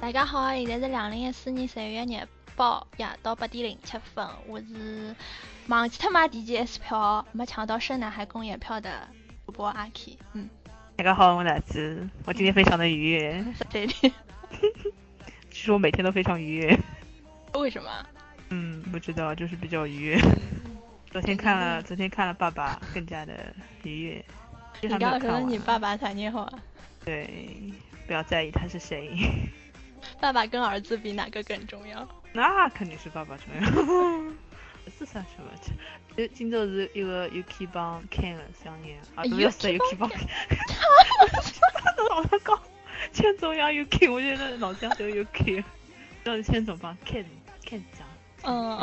大家好，现在是两零一四年十一月廿八夜到八点零七分，我是忘记他买第几次票没抢到深南海公演票的主播阿 K，嗯，大家好，我是奶子，我今天非常的愉悦，是对的，其实我每天都非常愉悦，为什么？嗯，不知道，就是比较愉悦。嗯昨天看了，昨天看了《爸爸》，更加的愉悦。你其实还没告诉有看我完你爸爸谈恋爱，对，不要在意他是谁， 爸爸跟儿子比哪个更重要？那肯定是爸爸重要。 是啥什么？就今朝是一个 UK 帮 Ken 相恋，啊，不是 UK UK 哎帮帮 Ken，老 是讲千总要 UK，我觉得老乡都 UK，让千总帮 Ken Ken 讲。嗯，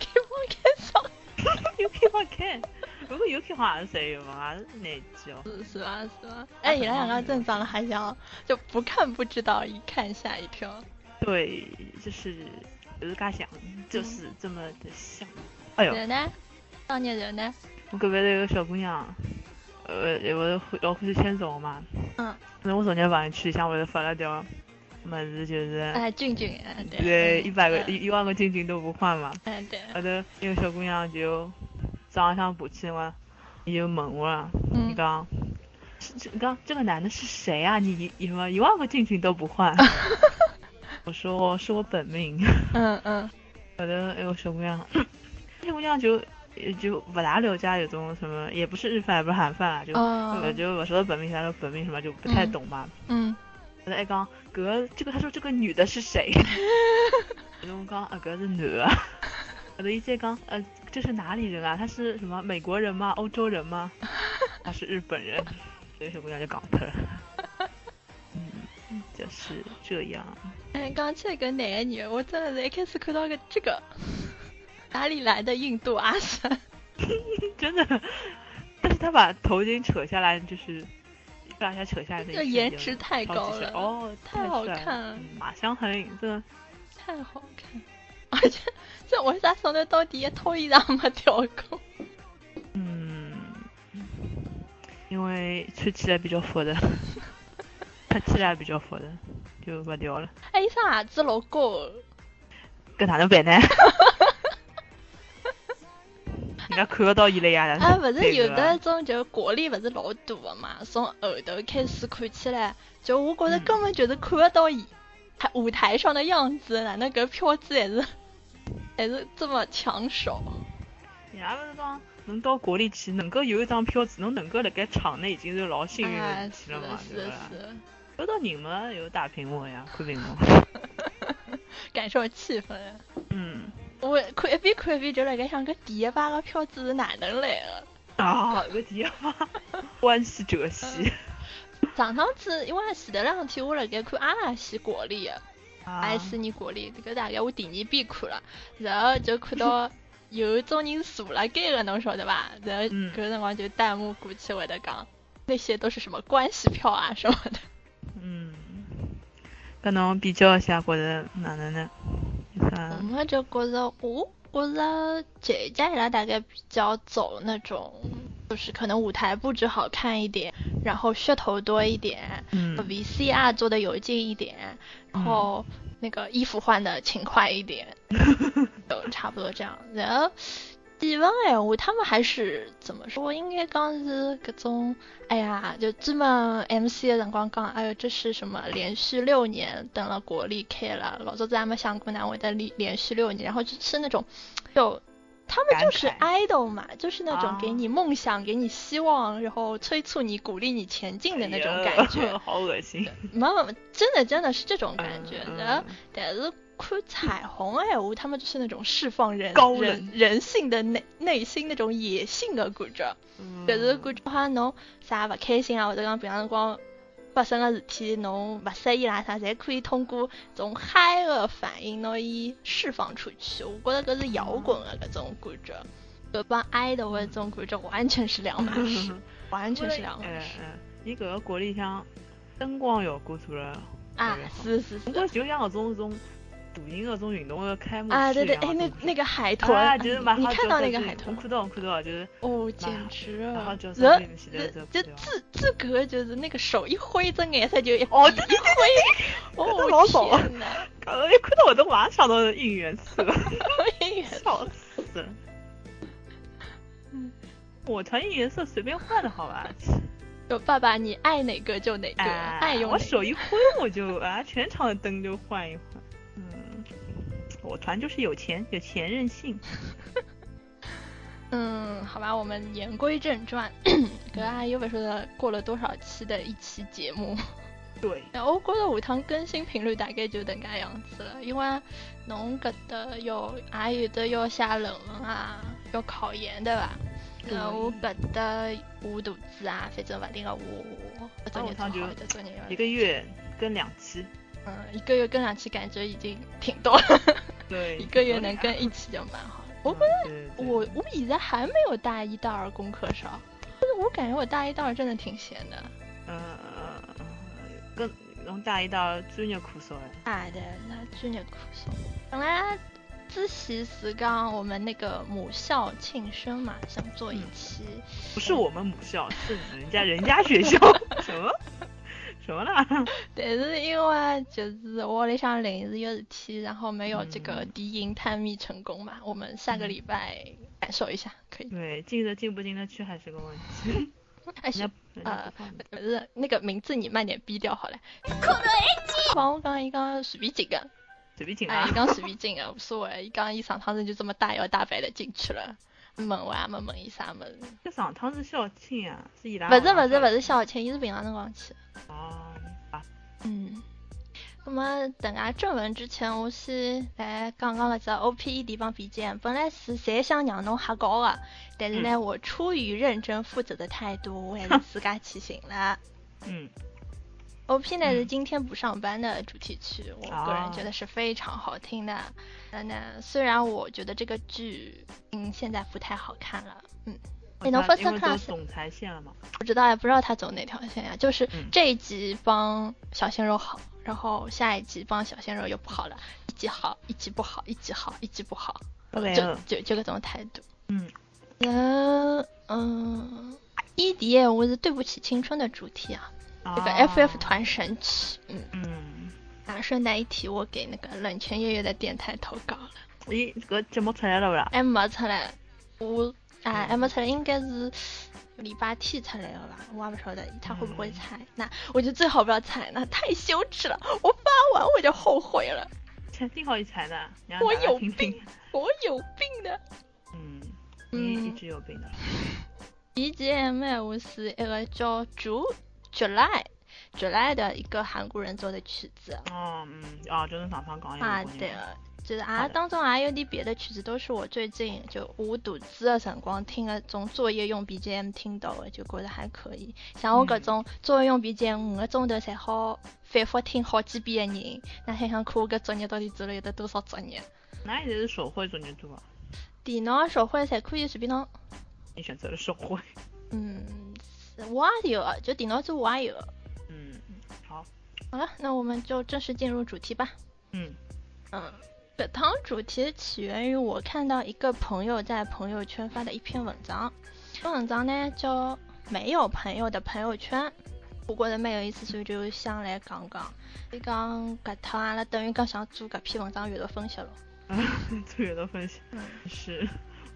给我介绍， UK 帮 Ken，不过 UK 好像是谁有嘛，还是哪集哦？是是吧是吧？哎，你那两个正常的还行，就不看不知道，一看吓一跳。对，就是就是噶想，嗯就是这么的像。哎呦，人呢？少年人呢？我隔壁头有个小姑娘，呃，我是老欢喜千总嘛。嗯。那我昨天晚上去，像我就发了条，么子就是，哎，俊俊，嗯，对，对，嗯一百个嗯一一万个金金都不换嘛。嗯，对，后头有个小姑娘就早上补去嘛，伊就问我了，嗯你讲，是这刚这个男的是谁啊？你一万一万个进群都不 换？我说是我本命。 哎嗯嗯后头那个小姑娘，小啊姑娘就就不大了解有种什么，也不是日饭也不是韩饭啊，就、哦就我说本命，她说本命什么就不太嗯懂嘛。嗯，后头还讲搿个这个，她说这个女的是 谁？然后我讲啊，搿是男的。 我的意见讲，呃，这是哪里人啊？他是什么美国人吗？欧洲人吗？他是日本人。所以小姑娘就讲他了。嗯，就是这样。哎，刚这个哪个女，我真的是一开始看到个这个， 哪里来的印度阿婶？真的，但是他把头巾扯下来，就是不然一下扯下来的一这瞬间，颜值太超级高帅了，哦，太太好帅了看了嗯马相很影，真的太好看， 而且这为啥上头到底一套衣裳没调过？嗯，因为穿起来比较佛的， 穿起来比较佛的，就不掉了。 哎，伊裳鞋子老高哦，搿哪能办呢？ 人家看得到伊了呀！ 哎，勿是对有的吧一种就是国力勿是老大的嘛，从后头开始看起来，就我觉着嗯根本就是看不到伊台舞台上的样子，哪能搿票子还是 还是这么抢手？人家勿是讲能到国里去，能够有一张票子，侬能够辣盖场内已经是老幸运哎的，事是体了嘛，对是伐？是，有到你们有大屏幕呀，看屏幕。感受气氛。嗯我看一边看一边就辣盖想，搿第一排个票子是哪能来的？啊， 有个地方，欢喜折兮上趟子因为前头两天我辣盖看阿拉西国力的。啊还嗯哎是你国里，搿大概我第二遍看了，然后就看到有一种人坐辣盖个，侬晓得伐？然后嗯搿辰光就弹幕过去会得讲，那些都是什么关系票啊什么的。嗯，跟侬比较一下，觉着哪能呢？有啥 我们就觉着，我觉着姐姐伊拉大概比较走那种，就是可能舞台布置好看一点，然后噱头多一点嗯， ，VCR 做的有劲一点，然后那个衣服换的勤快一 点，都差不多这样。然后地方闲话，他们还是怎么说？应该讲是各种，哎呀，就专门 MC 的辰光讲，哎哟，这是什么？连续六年等了国力开了，老早子还没想过哪会得连连续六年，然后就是那种，就。他们就是感 idol 嘛，就是那种啊给你梦想、给你希望，然后催促你、鼓励你前进的那种感觉。哎呦好恶心。没没，没真的真的是这种感觉嗯的。嗯但是看彩虹哎，我他们就是那种释放人高人人人性的内内心那种野性的感觉，嗯就是感觉好像侬啥勿开心啊，或者讲平常辰光发生个事体侬勿适意啦啥，侪可以通过这种嗨的反应拿伊释放出去。我觉得搿是摇滚的搿种感觉，搿帮 idol 的这种感觉完全是两码 事，完全是两码嗯事嗯，你搿个国里向灯光效果做了，啊！是是是不。过就像搿种种《赌英恶宗允东》的开幕式啊，对对，然后哎，那就那个海豚，啊，嗯就是蛮你好看就到是那个就是海豚哭到哭到，就是哦，简好直然后啊！就是然后那个时代这这就不要 自自个就是那个手一挥，睁眼色就一哦一对挥，看到哦老手了天哪，搞得哎哭到我都马上都应援色，演员 笑死了。嗯我团应援色随便换的好 吧？有爸爸，你爱哪个就哪个，啊爱哎，用我哪手个一挥我就啊，全场的灯就换一换。嗯，我团就是有钱，有钱任性。嗯，好吧，我们言归正传， 格拉优本说的过了多少期的一期节目？对，然后过了五趟更新频率大概就迭个样子了，因为侬搿搭要也有的要写论文啊，要考研对伐？对然后搿搭画图纸啊，反正勿定个画，搿作业做好，搿作业一个月跟两期。嗯一个月跟两期感觉已经挺多 了，对，一个月有能两跟一期就蛮好。我嗯对对我我现在还没有大一、大二功课少，但是我感觉我大一、大二真的挺闲的。呃，跟侬大一到专业课少哎，哎对，那真的苦涩。本来之前是讲我们那个母校庆生嘛，想做一期，不是我们母校，是人家人家学校， 什么什么啦？ 但是因为就是我里向临时有事体，然后没有这个嗯敌营探秘成功嘛，我们下个礼拜感受一下，可以。对，进得进不进得去还是个问题。哎，人是家人家不放你不是那个名字你慢点逼掉好了。帮我讲伊讲随便进个，随便进哎，来伊。讲随便进个无所谓，伊讲伊上趟子就这么大摇大摆的进去了，问我也没问伊啥么子。这上趟是校庆啊，是伊拉勿晚是上校勿庆。是勿是消遣，伊是平常辰光去。哦，嗯，那么等下正文之前，我先来讲讲搿只 E OPED 帮 BGM。本啊来是侪想让侬瞎搞个，但是嗯呢，我出于认真负责的态度，我还是自 家去寻了。嗯， OP 呢是嗯今天不上班的主题曲，我个人啊觉得是非常好听的。那那虽然我觉得这个剧，嗯，现在不太好看了，嗯，哎侬我分知道因为三看走总裁线了嘛？不知道也不知道他走哪条线呀、就是嗯这一集帮小鲜肉好，然后下一集帮小鲜肉又不好了，一集好，一集不好，一集好，一集不好，不来就了。就就各种态度。嗯，嗯嗯，伊迪耶我是对不起青春的主题啊，这这个 FF。团神曲，嗯嗯，啊，顺带一提，我给那个冷泉月月的电台投稿了，咦，这个节目出来了不啦？还没出来，我啊还没出来，应该是礼拜天出来了吧？我也不晓得他会不会猜，那我就最好不要猜，那太羞耻了，我发完我就后悔了，才幸好一才的，让我大家有听听病。我有病的。嗯，你一嗯直有病的。 BGM 哎我是一个叫 Ju July July 的一个韩国人做的曲子，哦，嗯，哦，就是上趟讲的啊那个，姑对娘了，就是好啊，的当中也有点别的曲子，都是我最近就无肚子的辰光听的，种作业用 BGM 听到的，就觉得还可以。像我搿嗯种作业用 BGM 五个钟头才好反复听好几遍的人，那想想看我搿作业到底做了有得多少作业？那也是手绘作业做啊，电脑手绘侪可以随便弄，你选择了 手绘。嗯，是我也有，啊就电脑做我也有。嗯，好，好了，那我们就正式进入主题吧。嗯，嗯，本堂主题起源于我看到一个朋友在朋友圈发的一篇文章，这篇文章呢叫《没有朋友的朋友圈》，我觉得蛮有意思，所以就想来讲讲。伊讲搿趟阿拉等于讲想做搿篇文章阅读分 析咯，作业的分析嗯，是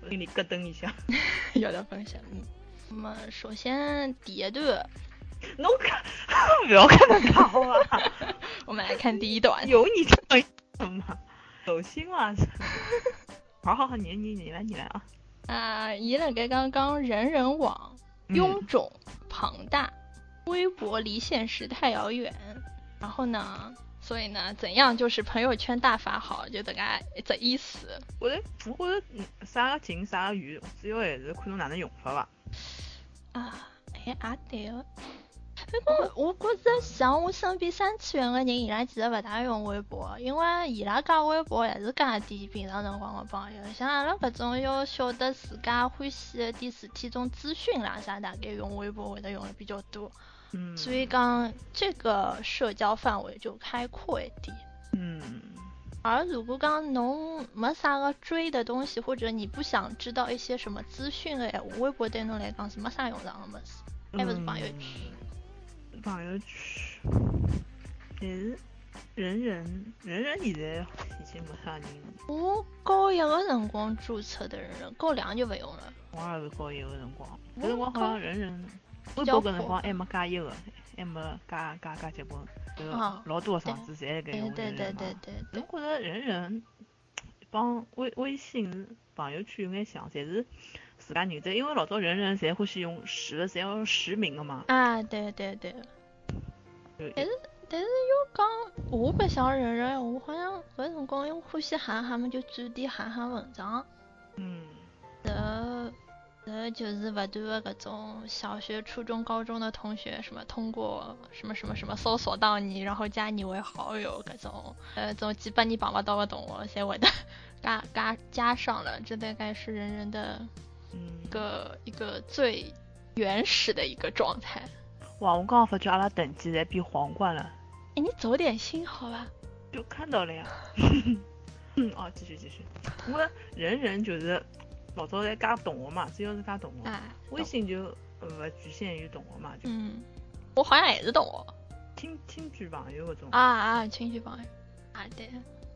我心里咯噔一下。阅读分析，嗯。那么首先第一段，侬看， 不要看啊他好吧？我们来看第一 段。有你这样的吗？走心了。好好好，你你你来你来啊。啊，伊辣盖讲讲人人网嗯臃肿庞大，微博离现实太遥远。然后呢，所以呢，怎样就是朋友圈大法好，就大概这意思。我觉得我觉得嗯啥个情啥个语，主要还是看侬哪能用法吧。啊，哎也对哦。不过我觉着像我身边三次元的人，伊拉其实勿大用微博，因为伊拉加微博也是加点平常辰光的朋友。像阿拉搿种要晓得自家欢喜的点事体种资讯啦啥，大概用微博会得用的比较多。嗯，所以讲这个社交范围就开阔一点。嗯，而如果讲侬没啥个追的东西，或者你不想知道一些什么资讯的闲话，微博对侬来讲是没啥用场的么啊子，还不是朋友圈。朋友圈，但是人人人人现在已经没啥人，我高一个辰光注册的人人，高两就勿用了。我也是高一个辰光，我搿辰光好高像人人，微博搿辰光还没加一个，还没加加加结棍，就是啊老多学生子侪辣盖对用对人对人对嘛。对对侬，觉着人人帮微微信、朋友圈有眼像，侪是自家认得，因为老早人人侪欢喜用实，侪要用实名个嘛。啊对对对。就但是但是要讲我白相人哎人，我好像搿辰光因为欢喜喊喊嘛，就转点喊喊文章，嗯，然后然后就是勿断的搿种小学、初中、高中的同学，什么通过什么什么什么搜索到你，然后加你为好友，搿种呃，这种几百年碰勿到个同学，侪会得加加加上了，这大概是人人的嗯一个一个最原始的一个状态。哇，我刚刚发觉阿拉等级侪变皇冠了，哎，你走点心好吧？就看到了呀。 嗯，哦，继续继续。我人人就是老早侪加同学嘛，主要是加同学。啊，微信就呃勿局限于同学嘛，就嗯，我好像也是懂哦。亲亲眷朋友搿种。啊啊，情绪朋友啊，对，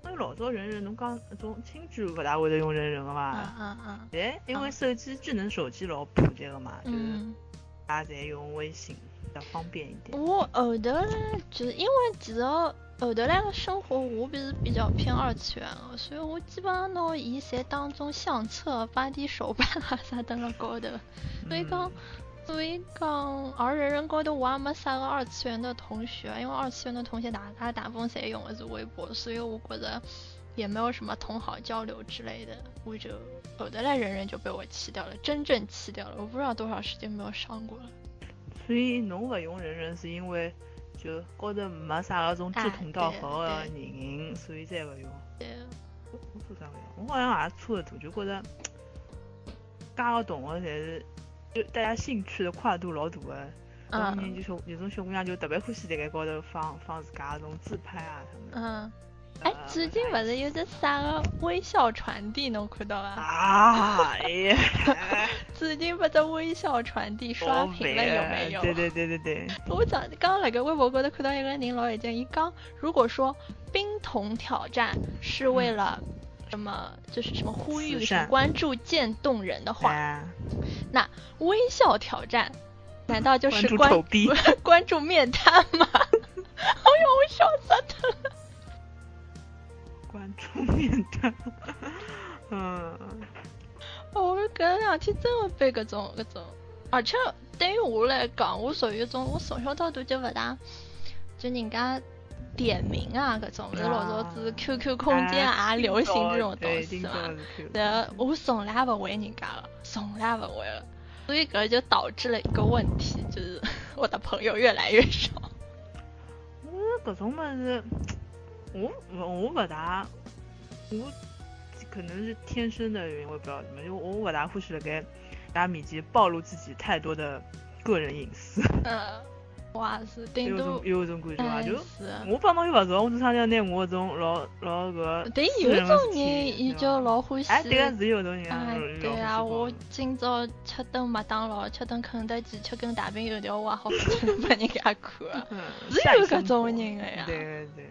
因为老早人人侬讲搿种亲眷勿大会得用人人个啊嘛。啊啊，现哎因为嗯手机智能手机老普及了嘛，就是嗯，大家侪用微信比较方便一点。我后头嘞，就是因为其实后头来个生活，我比是比较偏二次元的，所以我基本上拿伊侪当中相册、摆点手办啊啥登了高头，所以讲。所以讲，而人人高头我也没啥个二次元的同学，因为二次元的同学大家大部分侪用的是微博，所以我觉着也没有什么同好交流之类的，我就呃有的来人人就被我弃掉了，真正弃掉了，我不知道多少时间没有上过了。嗯所以侬勿用人人是因为就高头没啥搿种志同道合啊的对人，所以才勿用。对，我我做啥勿用？我好像也差勿多，就觉嗯着加个同学侪是就大家兴趣的跨度老大的。当年嗯就小有种小姑娘就特别欢喜辣盖高头放放自家搿种自拍啊什么的。嗯，哎，呃最近勿是有只啥个微笑传递，侬看到伐？啊，哎呀。最近把只微笑传递刷屏了，有没有？对对对对对，我早刚刚辣盖微博高头看到一个人老有劲，伊讲如果说冰桶挑战是为了什么，就是什么呼吁嗯慈什么善关注渐冻人的话，哎微笑挑战难道就关是注关丑逼， 关注面瘫吗？ 哎呦，我笑死了！ 关注面瘫，嗯，哦我搿两天真的被搿种搿种，而且对于我来讲，我属于一种我从小到大就勿大，就人家点名啊搿种，勿是老早子啊 QQ 空间啊哎流行这种对东今西朝嘛。啊是看的然后我从来勿回人家了，从来勿回了，所以搿就导致了一个问题，就是 我的朋友越来越少。我搿种物事，我我勿大，我可能是天生的原因，我也不知道怎么，因为我勿大欢喜辣盖大家面前暴露自己太多的个人隐私，嗯，我也是顶有多种有种感觉伐？哎。就是我帮侬又勿熟，我做啥要拿我搿种老老搿但私有人一的种事人，体伊对就伐老欢喜。哎，对个是有种人啊哎，老对啊，老我欢喜今朝吃顿麦当劳，吃顿肯德基，吃根大饼油条，我也好不出来拨人家 看。帮啊是晒有生搿种活人的呀对对对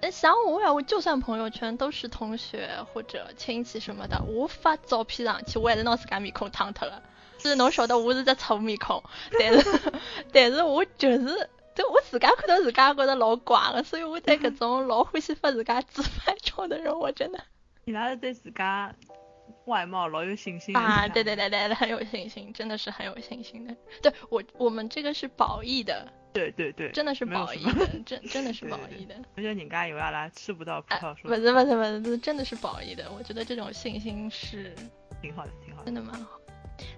但像我呀，我就算朋友圈都是同学或者亲戚什么的，我发照片上去，我还是拿自家面孔烫脱了。就是侬晓得我是只臭面孔，但是但是我就是。就我自家看到自家觉得老怪了，所以我对搿种老欢喜发自家自拍照的人，我真的伊拉是对自家外貌老有信心的啊，是吧对对对对，很有信心，真的是很有信心的。对我我们这个是褒义的， 对对对，真的是没有褒什义么的，真真的是对褒对义的。而且人家以为阿拉吃不到葡哎萄，说不是不是不是，这真的是褒义的。我觉得这种信心是挺好的，挺好的真。的蛮好。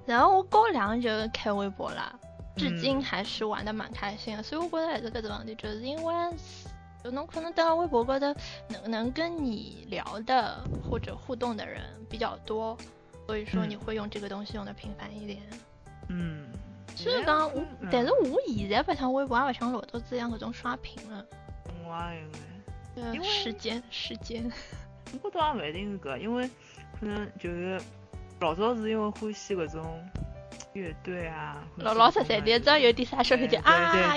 然后我高两就开微博啦，至嗯今还是玩的蛮开心的。所以我觉得还是搿种问题，就是因为就侬可能登到微博高头能能跟你聊的或者互动的人比较多，所以说嗯你会用这个东西用的频繁一点。嗯，所以讲，我嗯啊但是我现在不像微博，也不像老早子一样搿种刷屏了。我也有哎，对啊因为时间时 间，不过倒也勿一定是搿，因为可能就是老早是因为欢喜搿种乐队啊，老老实实欢喜的，搿种只要有点啥消息就对对啊对嘤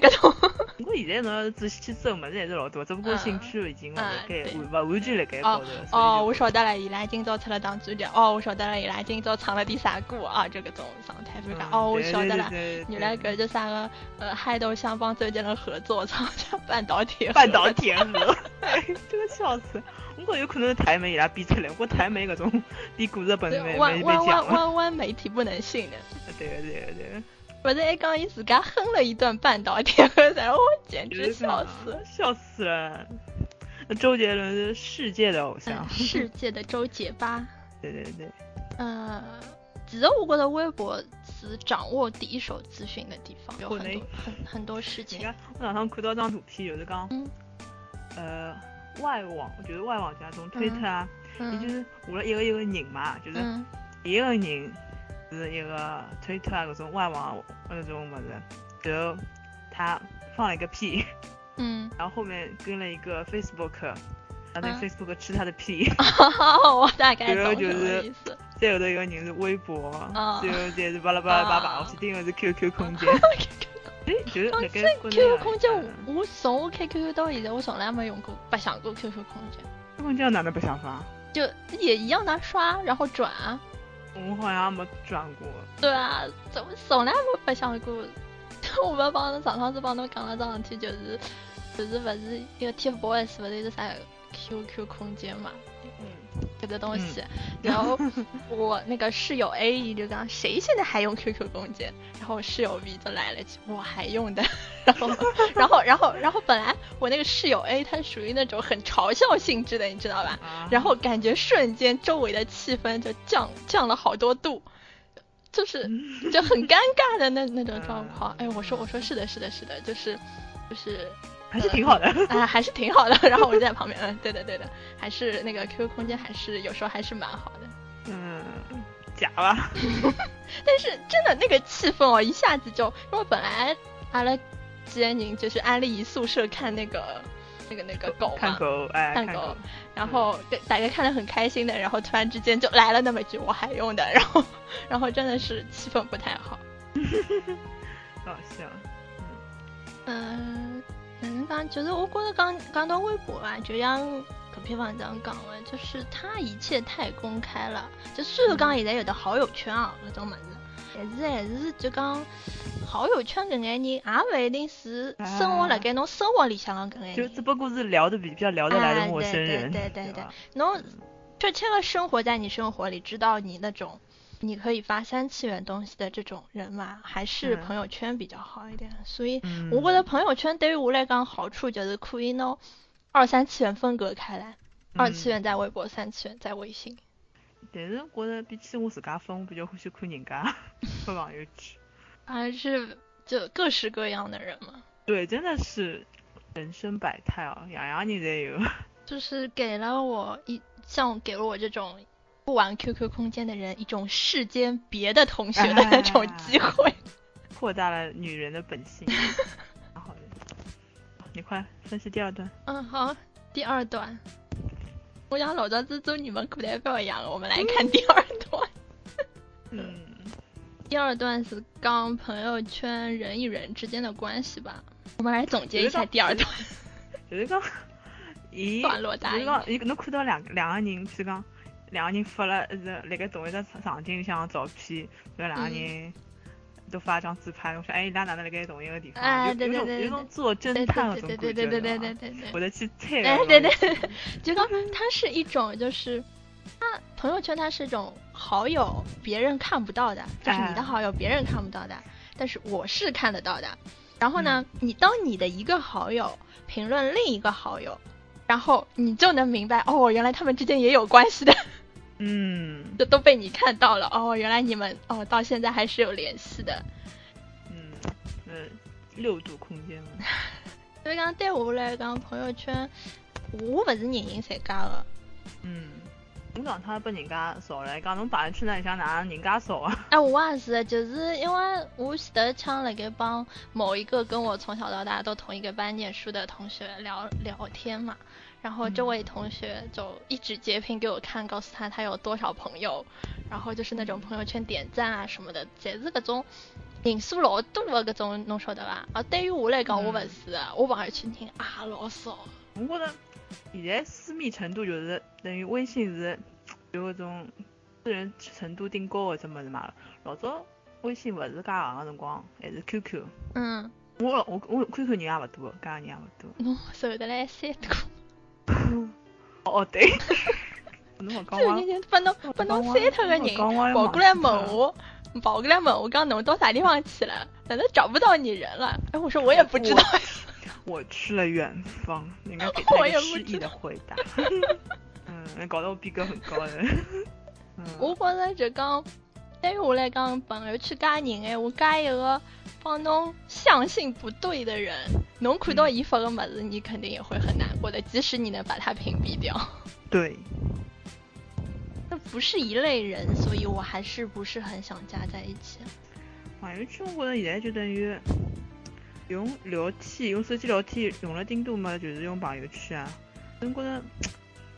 嘤嘤搿 种。不过现在侬要仔细去搜，物事还是老多，只不过兴趣已经勿辣嗯盖，对完勿完全辣盖高头。所以哦，就我晓得了，伊拉今朝出了档主角。哦，我晓得了，伊拉今朝唱了点啥歌啊？就搿种状态，比如讲，哦，我嗯对晓对得对了，对对原来搿叫啥个？呃，海豆想帮周杰伦合作唱下 半岛铁盒半岛铁 盒，哎这个笑死！我觉有可能是台媒伊拉编出来，我台媒搿种编故事本对事没弯没没弯讲弯了。弯弯媒体不能信的，对个对个对个，不是还讲伊自家哼了一段半岛铁盒，然后我简就是直这样笑啊死。，笑死了！那周杰伦是世界的偶像嗯，，世界的周杰吧，对对对，呃，其实我觉得微博是掌握第一手资讯的地方，有国很内多很很多事人情。家我早上看到张图片，就是讲嗯，呃，外网，就是外网加种推特啊，也就嗯是下了一个一个人啊嘛，就是嗯一个人是一个推特啊，搿种外网啊搿种物事，然后他放了一个屁， 嗯， 然后后面跟了一个 Facebook，然后那嗯个 Facebook 吃他的屁， 哦我大概然后懂就什么是意思。再有的一个人是微博，嗯最后再是巴拉巴拉巴拉，嗯我去盯的是 QQ 空间，哎，就是哦辣这盖国内 QQ 啊空间嗯我，我从我开 QQ 到现在，我从来没用过，不想过 QQ 空间， ，QQ 空间哪能白想法？就也一样拿刷，然后转啊。我好像没转过，对啊，从从来没白想过。 我们帮侬上趟子帮侬讲了桩事体，就是就是勿是一个 TFBOYS 勿是一个啥 QQ 空间嘛，嗯，这个东西。 然后我那个室友 A 一就讲谁现在还用 QQ 空间，然后我室友 B 就来了一句我还用的， 然后然后然后然后本来我那个室友 A 他属于那种很嘲笑性质的，你知道吧？啊然后感觉瞬间周围的气氛就降降了好多度，就是就很尴尬的那那种状况。哎，我说我说是的是的是的，就是就是还是挺好的，啊，还是挺好的。然后我就在旁边，嗯，对的对的，还是那个 QQ 空间，还是有时候还是蛮好的。 嗯，假吧，但是真的那个气氛哦，一下子就，因为本来阿拉几个人就是安利一宿舍看那个那个那个狗看嘛，狗，哎，看看狗狗，然后跟大家看得很开心的，然后突然之间就来了那么一句我还用的，然后 然后真的是气氛不太好。搞笑。嗯，哪能讲？就是我觉得讲讲到微博啊，就像搿篇文章讲的，就是它一切太公开了。就虽然讲现在有的好友圈啊搿种物事，但是还是就讲好友圈搿眼人，也勿一定是生活辣盖侬生活里向的搿眼啊就人。只不过是聊的比比较聊得来的陌生人，哎对对对对对吧侬确切的生活在你生活里，知道你那种你可以发三次元东西的这种人嘛，还是嗯朋友圈比较好一点。所以嗯，我觉得朋友圈对于我来讲好处就是可以拿二三次元分隔开来，二次元。元在微博，三次元在微信。但是我觉得比起我自家分，我比较欢喜看人家发朋友圈。还是就各式各样的人嘛，对，真的是人生百态哦，样样人侪有。 就是给了我一像给了我这种不玩 QQ 空间的人一种世间别的同学的那啊种机会。扩大了女人的本 性。蛮好的，你快分析第二段。嗯，好，第二段。我想老早子做你们课代表一样，我们来看第二段。嗯，第二段是刚朋友圈人与人之间的关系吧。我们来总结一下第二段就是讲， 伊段落大就是意。讲，伊侬看到两两个人，譬如讲，两个人发了是辣盖同一只场景里向的照片，然后两个人都发一张自拍，我说哎，伊拉哪能辣盖同一个地方？哎有对对有种对有对种做侦对探对的啊对对种感对对对觉，对对吧？对对我。在去猜哎个对 东对西，就刚它是一种就是，它朋友圈它是一种好友别人看不到的，就是你的哎好友别人看不到的，但是我是看得到的。然后呢，你当你的一个好友评论另一个好友，然后你就能明白哦，原来他们之间也有关系的， 嗯就都被你看到了哦，原来你们哦到现在还是有联系的。嗯嗯，六度空间嘛，所以讲对我来讲，朋友圈我不是人人侪加的。嗯侬讲他被人家扫了，讲侬摆去那里向哪能人家扫啊？哎，我也是，就是因为我前头腔辣盖帮某一个跟我从小到大都同一个班念书的同学聊聊天嘛，然后这位同学就一直截屏给我看，告诉他他有多少朋友，然后就是那种朋友圈点赞啊什么的，侪是搿种人数老多的搿种，侬晓得伐？啊，对于我来讲，我勿是，我朋友圈听啊老少。我觉着现在私密程度就是等于微信是有搿种私人程度顶高的这么子嘛。老早微信勿是介行个辰光，还是 QQ。嗯， 我老我我 QQ 人也勿多，加人也勿多。侬手得来三个，哦对， 侬勿讲这个 我，人把侬把侬删脱个人。侬勿讲我还跑过来忘问记了，我，跑过来问我，刚侬到啥地方去了？难道找不到你人了？哎，我说我也不知道。我去了远 方，应该给我他一也个不诗知意的回答。 嗯，搞得我逼格很高的。嗯， 我觉着就讲，对于我来讲，朋友圈加人哎，我加一个帮侬相性不对的人，侬看到伊发个么子，你肯定也会很难过的，即使你能把他屏蔽掉。对， 那不是一类人，所以我还是不是很想加在一起。朋友圈我觉着现在就等于用聊天，用手机聊天用了顶多嘛，就是用朋友圈啊。侬觉着，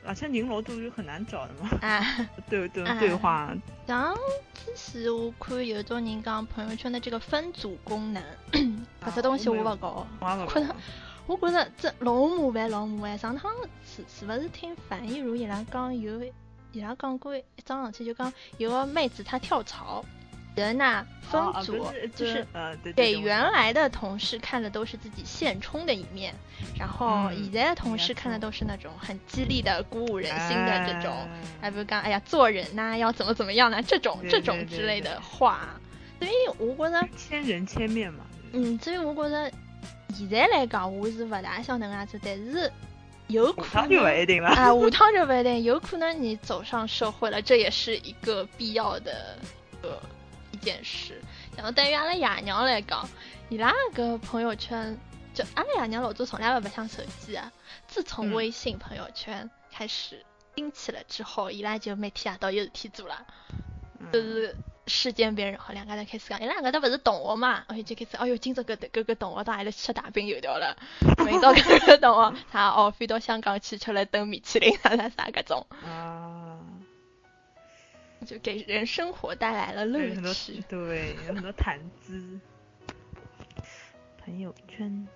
而且人老多就很难找的嘛， 哎。对对对话，像之前我看有种人讲朋友圈的这个分组功能，搿只东西哦我勿搞。啊我也勿可懂能。我觉着这老麻烦，老麻烦。上趟是是勿是听樊亦茹伊拉讲有伊拉讲过一桩事体，就讲有个妹子她跳槽，人呐分哦组、啊、不是就是呃，对对给对，原来的同事看的都是自己现充的一面，然后嗯以前的同没事错看的都是那种很激励的、鼓舞人心的这种。还哎不如讲哎呀做人呐、要怎么怎么样呐、这种对这对种对之类对的话，所以我觉得，千人千面嘛。嗯，所以我觉得现在来讲我是不大想能样子，但是有我可当就不能。一定 了。啊，下趟就不一定，有可能你走上社会了，这也是一个必要的呃一件事。然后对于阿拉爷娘来讲，伊拉个朋友圈，就阿拉爷娘老早从来不白相手机啊，自从嗯微信朋友圈开始兴起了之后，伊拉就每天夜到有事体做了。嗯就是世间别人好，两家头开始讲，哎伊拉两家头勿是同学嘛，哎就开始，哎哟，今朝搿搿个同学到阿拉去吃大饼油条 了，明朝搿个同学他哦飞到香港去吃了顿米其林啥啥啥搿种，啊，就给人生活带来了有乐很多趣。对，有很多谈资。朋友圈，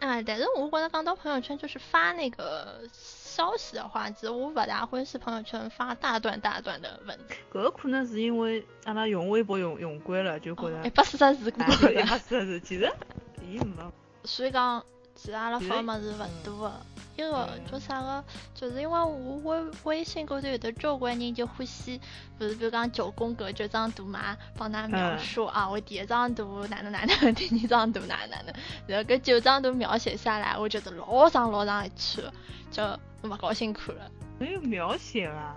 啊，但是我觉得讲到朋友圈，就是发那个消息的话，其实我勿大欢喜朋友圈发大段大段的文字，搿个可能是因为阿拉用微博用用惯了，就觉哦得 一百四十字过哎就了一。下子是，其实 伊没所以讲，其实阿拉发的么子嗯勿多的。一个叫啥个，就是因为我微微信高头有的交关人就欢喜，不是比如讲九宫格这张图嘛，帮他描嗯述啊，我第一张图哪能哪能， 第二张图哪能哪能，然后搿九张图描写下来，我觉得老长老长一圈，就勿高兴看了，没有描写啦。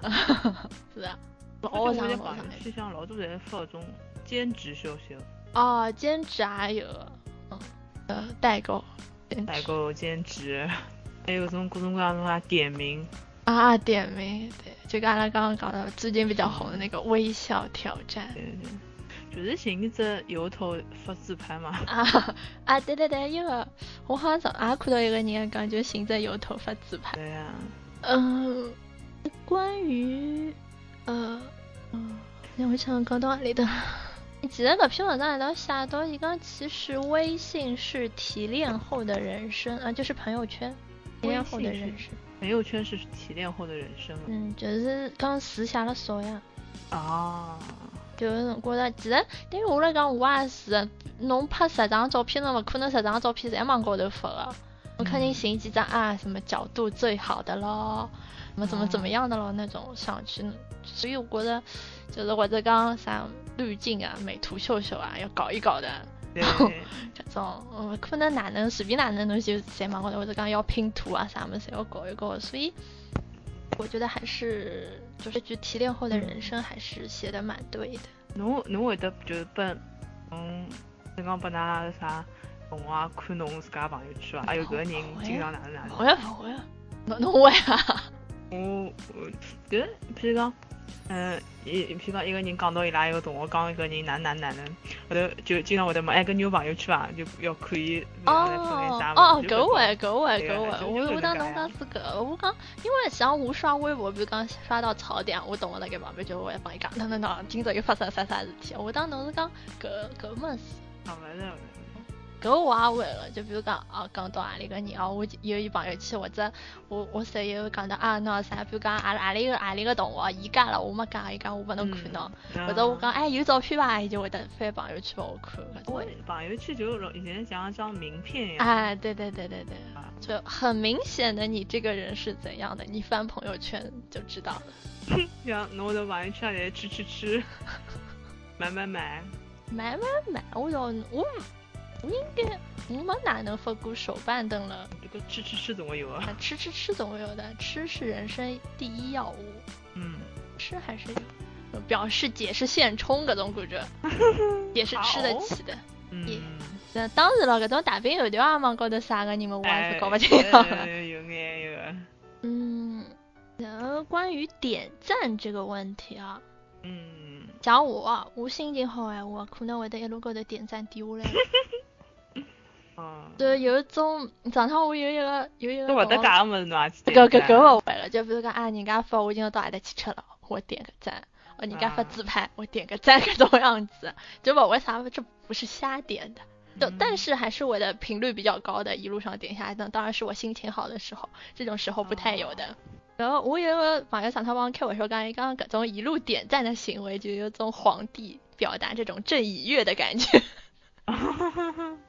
是啊，老我觉长得老朋友长一圈。圈像老多人发搿种兼职消息，哦，兼职也有，嗯，呃，代购，兼代职购兼职， 还有搿种各种各样的啊点名。啊，点名对，就跟阿拉刚刚讲的最近比较红的那个微笑挑战对对对，就是寻一只由头发自拍嘛。 啊啊，对对对，一个我好像早也看到一个人讲，就行着有头发自拍。对呀、嗯，关于呃嗯，让我想讲到哪里的？其实搿篇文章里头写到一个，其实微信是提炼后的人生啊，就是朋友圈提炼后的微信是人生。朋友圈是提炼后的人生了。嗯，就是讲词写了少呀。啊，就是辰光呢，其实对于我来讲，我也是，侬拍十张照片，侬勿可能十张照片侪往高头发个，我肯定寻几张啊，什么角度最好的咯，什么怎么怎么样的咯那种上去，所以我觉得就是或者讲啥滤镜啊、美图秀秀啊，要搞一搞的对对 对，这种，嗯，可能哪能随便哪能东西侪往高头，或者讲要拼图啊啥么子侪要搞一搞，所以我觉得还是就是去提炼后的人生还是写的蛮对的。侬侬会得就是奔，嗯，刚刚把㑚啥同学啊看侬自家朋友圈啊，哎哟，搿个人经常哪能哪能， 会啊，不会啊，侬侬会啊？我我觉得，譬如讲，嗯、一譬如讲一个人讲到伊拉一个同学讲一个人哪能哪能哪能，后头就经常会得问，哎，搿女朋友圈伐？就要看伊哦啥哦，物事搿会搿会对搿啊会，就我就我搿当能侬讲介呀是搿，我讲，因为像我刷微博，比如讲刷到槽点，我同学辣盖旁边就会帮伊讲，哪能哪，今朝又发生啥啥事体，我当侬是讲搿搿么事。啊，勿是，搿我也会了，就比如讲啊，讲到阿里个人啊，我有一朋友圈，或者我我室友讲到啊，喏啥，比如讲阿拉阿里个阿里个同学，伊加了，我没加，伊讲我拨侬看喏，嗯或者我讲，哎有照片伐，伊就会得翻朋友圈拨我看搿我种。朋友圈就容以前像一张名片一样。哎，对对对对对啊，就很明显的你这个人是怎样的，你翻朋友圈就知道了。像侬的朋友圈里吃吃吃，买买买，买买买，我要我我应该我没哪能发过手办等了，这个吃吃吃怎么有啊？啊吃吃吃总会有的，吃是人生第一要务。嗯，吃还是有表示解释现充搿种感 觉，也是吃得起的。也嗯，那当然了，搿种大饼油条啊网高头啥个，你们我还哎是搞勿清爽哎了。有眼有眼，嗯，然后关于点赞这个问题啊，嗯，像我啊我心情好哎，我可能会得一路高头点赞点 下来。哦，就有一种早上我有一个有一个这勿得同学噶么子侬也去搿搿点赞搿勿会了，就比如讲啊，人家发我今朝到阿搭去吃了，我点个赞；哦，人家发啊自拍，我点个赞， 搿种样子，就勿为啥这不是瞎点的。但但嗯是还是我的频率比较高的，一路上点下来的，当然是我心情好的时候，这种时候不太有的。哦然后我有个网友想他帮我开我说，刚才刚刚搿种一路点赞的行为，就有种皇帝表达这种正以悦的感觉。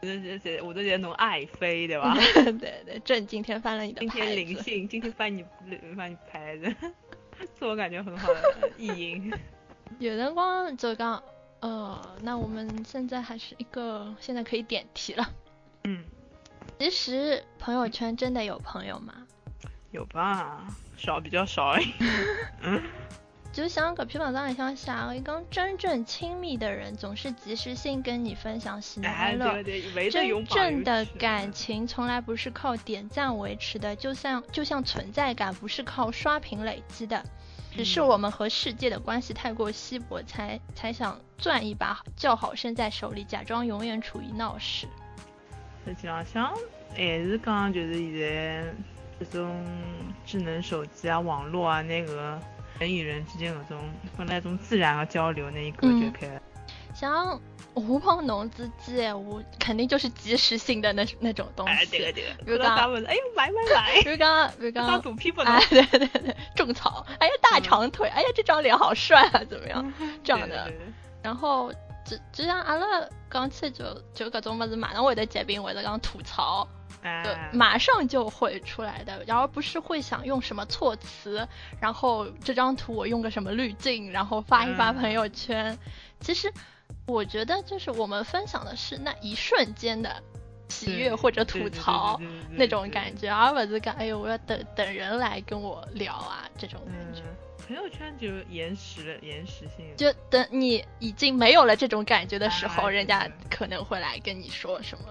这这这，我都觉得侬爱妃对伐？对对，朕今天翻了你的今天牌灵子。性，今天翻你翻你牌子，自我感觉很好的意淫。有人光就刚，呃，那我们现在还是一个，现在可以点题了。嗯，其实朋友圈真的有朋友吗？有吧，少比较少而已。就像搿篇文章里向写的，伊讲真正亲密的人总是及时性跟你分享喜怒哀哎，乐。对对，没得真用朋友正的圈感情从来不是靠点赞维持的，就像就像存在感不是靠刷屏累积的，只是嗯我们和世界的关系太过稀薄，才才想攥一把叫好身在手里，假装永远处于闹市。实际浪向还是讲哎就是现在这种智能手机啊、网络啊，那个人与人之间搿种本来一种自然的交流，那一隔绝嗯开了。像我碰侬之间，我肯定就是及时性的那那种东哎，西，对个对个，比如看到啥讲物事，哎呦买买买，比如刚比如当刚。肚皮不能哎，。对对对，种草，哎呀，大嗯长腿，哎呀，这张脸好帅啊，怎么样？这样对的对对然后就就像阿拉讲起就就搿种物事，马上会得截屏，会得讲吐槽，就哎，马上就会出来的，然后不是会想用什么措辞，然后这张图我用个什么滤镜，然后发一发嗯朋友圈。其实我觉得就是我们分享的是那一瞬间的喜悦对或者对吐对对槽对对对那对嗯种对感觉，而不是讲哎呦我要等等人来跟我聊啊这种感觉。嗯，朋友圈就延时延时性。就等你已经没有了这种感觉的时候，哎人家对可能会来跟你说什么。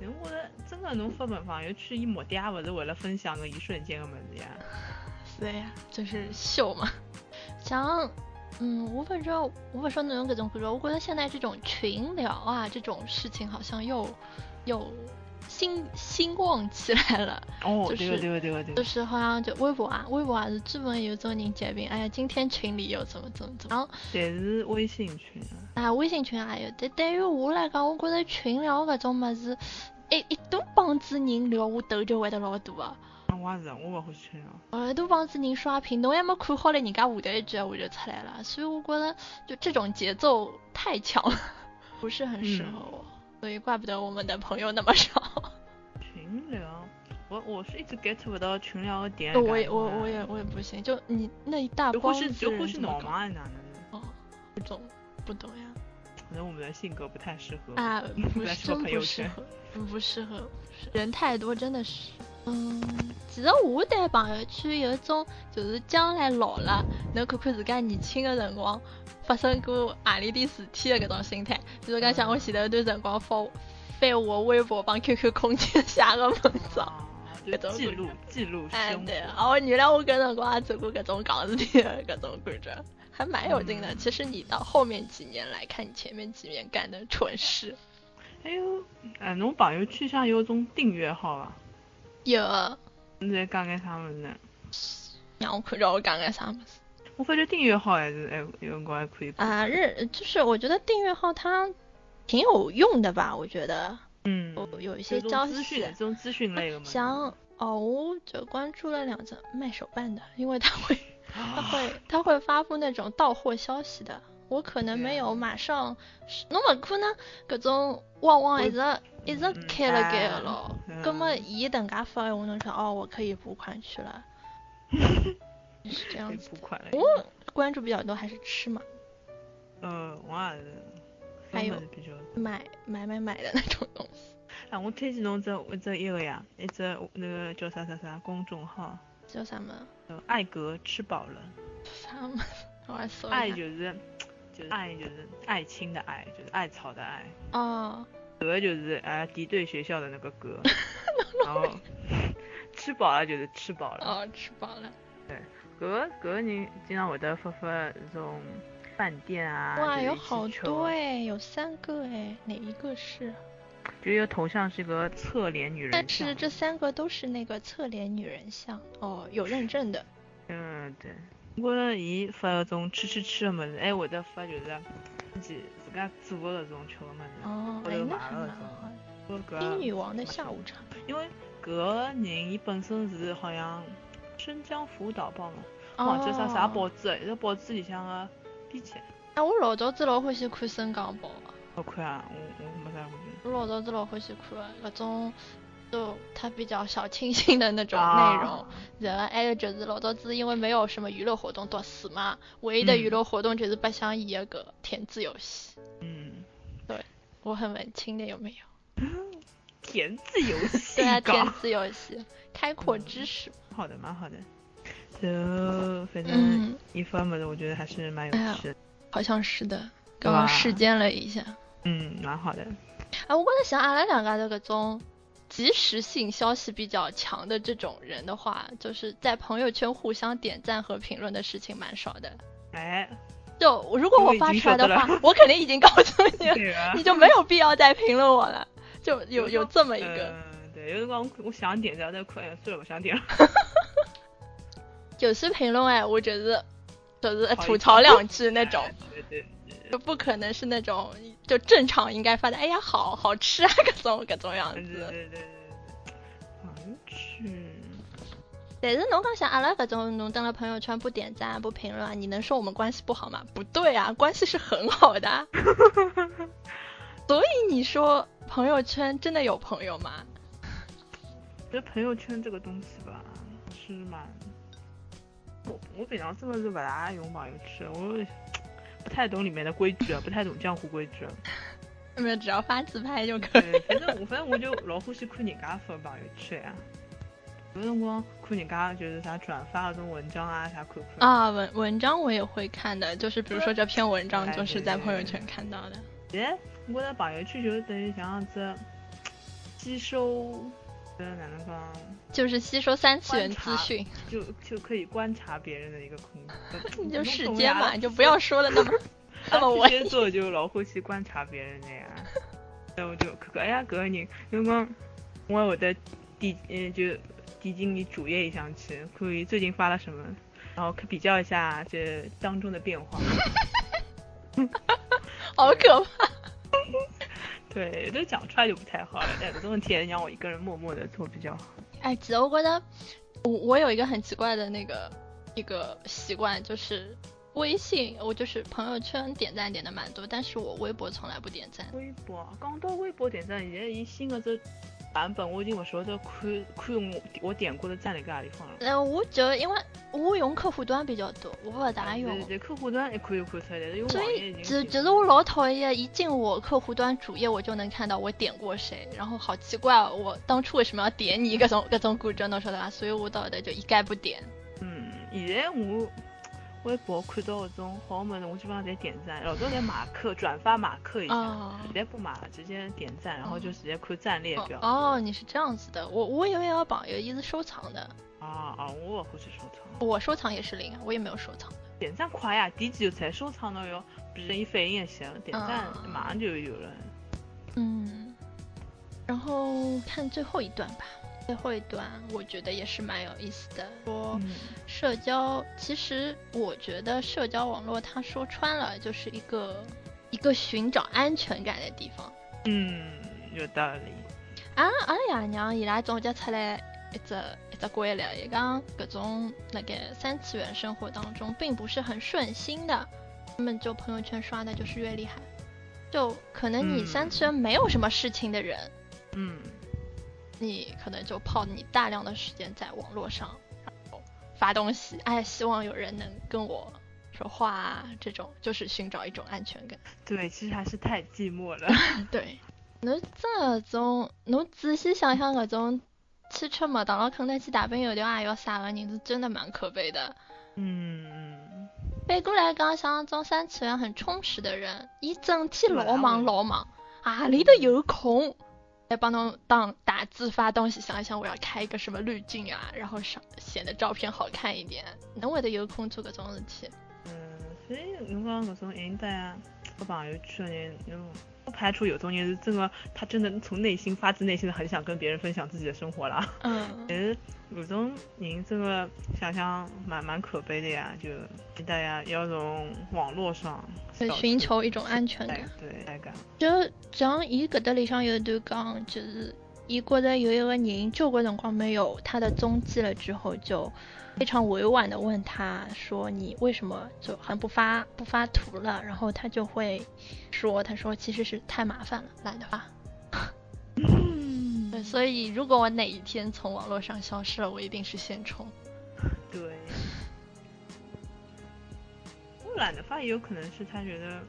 但我觉得真的侬发朋朋友圈，伊目的也勿是为了分享个一瞬间个物事呀。对呀、就是秀 嘛。像，嗯，无法说无法说那种各种各种，我觉得现在这种群聊啊，这种事情好像又又兴兴旺起来了。哦就，对个是对个对个对就个。是好像就微博啊，微博啊是专门有种人结冰，哎呀，今天群里又怎么怎么怎么，然后但是微信群啊。啊，微信群也有，但对于我来讲，我觉得群聊搿种物事，一一大帮子人聊，我头就会得老大啊。啊我也是，我勿会去哦。呃，都帮子人刷屏，侬还没看好嘞，人家下头一句我就出来了，所以我觉得就这种节奏太强了， 不是很适合我，所以怪不得我们的朋友那么 少。群聊，我我是一直 get 不到群聊的点。啊就我也我我也，我也不行，就你那一大就或帮许子就或人许怎么脑搞盲还是哪能的？哦，不懂不懂呀可能我们的性格不太适合。 啊，不来是说真朋不友适圈合，嗯不适合，不适人太多真的是。嗯，其实我对朋友圈有一种，就是将来老了，能看看自家年轻的辰光发生过何里点事体的搿种心态。比如讲， 像我前头一段辰光发翻我微博帮 QQ 空间写个文章，啊就记录记录哎，生对，活。啊，我原来我跟着瓜走过各种港子的各种故事，还蛮有劲的。其实你到后面几年来看，你前面几年干的蠢事，哎呦，哎，侬朋友圈向有种订阅号伐？有侬在讲眼啥物事呢？让我看着我讲个啥么子我发觉订阅号还是还哎有辰光还可以。啊？日就是我觉得订阅号它挺有用的吧，我觉得嗯，有有一这些种消资讯，息这。种资讯类的嘛。想哦，就关注了两则卖手办的，因为它会啊他会他会发布那种到货消息的。我可能没有对马上，侬勿可能搿种旺旺一直一直嗯开了盖个嗯咯。嗯葛末伊等介发闲话，侬想哦，我可以补款去 了，是这可样以子。付款了。我关注比较多还是吃嘛，嗯，我也是。还有我比较买买买买的那种东西。啊，我推荐侬只一只一个呀，一只那个叫啥啥啥公众号，叫啥么？呃爱格吃饱了。啥么？我来搜爱一下。就是就是爱就是爱情的爱，就是艾草的艾。哦，格就是啊敌对学校的那个 格，然后吃饱了就是吃饱了。哦，吃饱了。格格人经常会得发发这种饭店啊，哇，就是有一起好吃哦多哎，有三个哎，哪一个是？就一个头像是个侧脸女人像，但是这三个都是那个侧脸女人像哦，有认证的。嗯对。不过伊发那种吃吃吃的么子，还会得发就是自己自家做的那种吃的么子。哦，我哎都，那买还了蛮这个好的。不过冰搿女王的下 午茶，因为搿个人伊本身是好像新疆辅导报嘛，我忘哦，记啥啥报纸了，一个报纸里向个编辑。哎，我老早子老欢喜看《新港报》啊，好看啊，我我没啥感觉。我老早子老欢喜看啊搿种，就它比较小清新的那种啊内容。然后还有就是老早子因为没有什么娱乐活动，读书嘛，唯一的娱嗯乐活动就是白相伊的搿填字游戏。嗯，我很文青的，有没有？填字游戏 对啊，搞填字游戏，开阔知识嘛。好的，蛮好的。就反正嗯。一番么子，我觉得还是蛮有哎呀趣的，好像是的，对刚刚吧试间了一下。嗯，蛮好的。哎，我刚才想，阿拉两个的搿种及时性消息比较强的这种人的话，就是在朋友圈互相点赞和评论的事情蛮少的。 哎，就我如果我我已发经出来的晓得话，我肯定已经告诉你了，对 啊你。就没有必要再评论我了。就有有时候有这么一个，嗯，对，有辰光我我想点赞，但快算了，不想点了。有些评论哎，我觉得就是不好意吐思槽两句那种， 对对，就不可能是那种就正常应该发的，哎呀好好吃啊， 各种各种样对对子。对对对对。嗯，去。但是侬刚想阿拉搿种侬登了朋友圈不点赞不评论，你能说我们关系不好吗？不对啊，关系是很好 的啊。所以你说朋友圈真的有朋友吗？我觉得朋友圈这个东西吧，是蛮……我我平常真的是不大用朋友圈，我不太懂里面的规矩啊，不太懂江湖规矩啊。没有，只要发自拍就可以。对，反正我反正我就老欢喜看人家发朋友圈啊，有辰光看人家就是啥转发那种文章啊啥看看。啊，文文章我也会看的，就是比如说这篇文章就是在朋友圈看到的。哎，我的朋友圈就是等于像只吸收，呃，哪能讲，就是吸收三次元资观察讯，就就可以观察别人的一个空 间。你就世懂间呀嘛，你就不要说的那 么那么文天蝎座就老欢喜观察别人的呀，然后就看看，哎呀，搿个人，有辰光我也会得点，嗯，就点进伊主页里向去，看伊最近发了什么，然后比较一下这当中的变化。好可怕。对，都讲出来就不太好了，但搿种问题还是让我一个人默默的做比较好。哎，其实我觉得我我有一个很奇怪的那个一个习惯，就是微信我就是朋友圈点赞点的蛮多，但是我微博从来不点赞。微博，讲到微博点赞，现在伊新的这版本，我已经勿晓得看看我我点过的赞辣搿里放了。呃，我觉得因为我用客户端比较多，我不大用对。对，客户端也可以看出来，但是用所网页以已经，只点只是我老讨厌，一进我客户端主页，我就能看到我点过谁，然后好奇怪哦，我当初为什么要点你各 啊种各种古筝，侬晓得吧？所以我到的就一概不点。嗯，现在我微博看到搿种好么的，我基本上侪点赞，老早连马克转发马克一下，哦直接不码了，直接点赞，然后就直接看战列哦表。哦，你是这样子的，我我以为要绑有意思收藏的，啊啊，我勿会去收藏，我收藏也是零，啊我也没有收藏。点赞快呀，点击就才收藏到哟，比如伊反应一下，点赞啊马上就有了。嗯，然后看最后一段吧。最后一段我觉得也是蛮有意思的，说嗯社交，其实我觉得社交网络它说穿了就是一个一个寻找安全感的地方。嗯，有道理。俺阿拉爷娘伊拉总结出来一只一只规律，伊讲搿种辣盖三次元生活当中并不是很顺心的，他们就朋友圈刷的就是越厉害，就可能你嗯三次元没有什么事情的人，嗯你可能就泡你大量的时间在网络上，然后发东西，哎，希望有人能跟我说话啊，这种就是寻找一种安全感。对，其实还是太寂寞了。 对，侬这种，侬仔细想想，搿种去吃麦当劳、肯德基、大饼、油条也要啥个人，是真的蛮可悲的。嗯，反过来讲，像这种三次元很充实的人，伊整天老忙老忙，啊里头有空来帮侬当打字发东西，想一想我要开一个什么滤镜啊，然后上显得照片好看一点，侬会得有空做搿种事体？嗯，所以侬讲搿种人在发朋友圈的人，侬不排除有种人是真的，他真的从内心发自内心的很想跟别人分享自己的生活啦。嗯但是有种人真的想想蛮蛮可悲的呀，就大家要从网络上会找寻出求一种安全代感。对代感。就像伊搿搭里向有一段讲，就是伊觉得有一个人交关辰光没有他的踪迹了之后，就非常委婉的问他说：“你为什么就很不发不发图了？”然后他就会说：“他说其实是太麻烦了，懒得发。嗯对，所以如果我哪一天从网络上消失了，我一定是现充。嗯对。我懒得发，也有可能是他觉得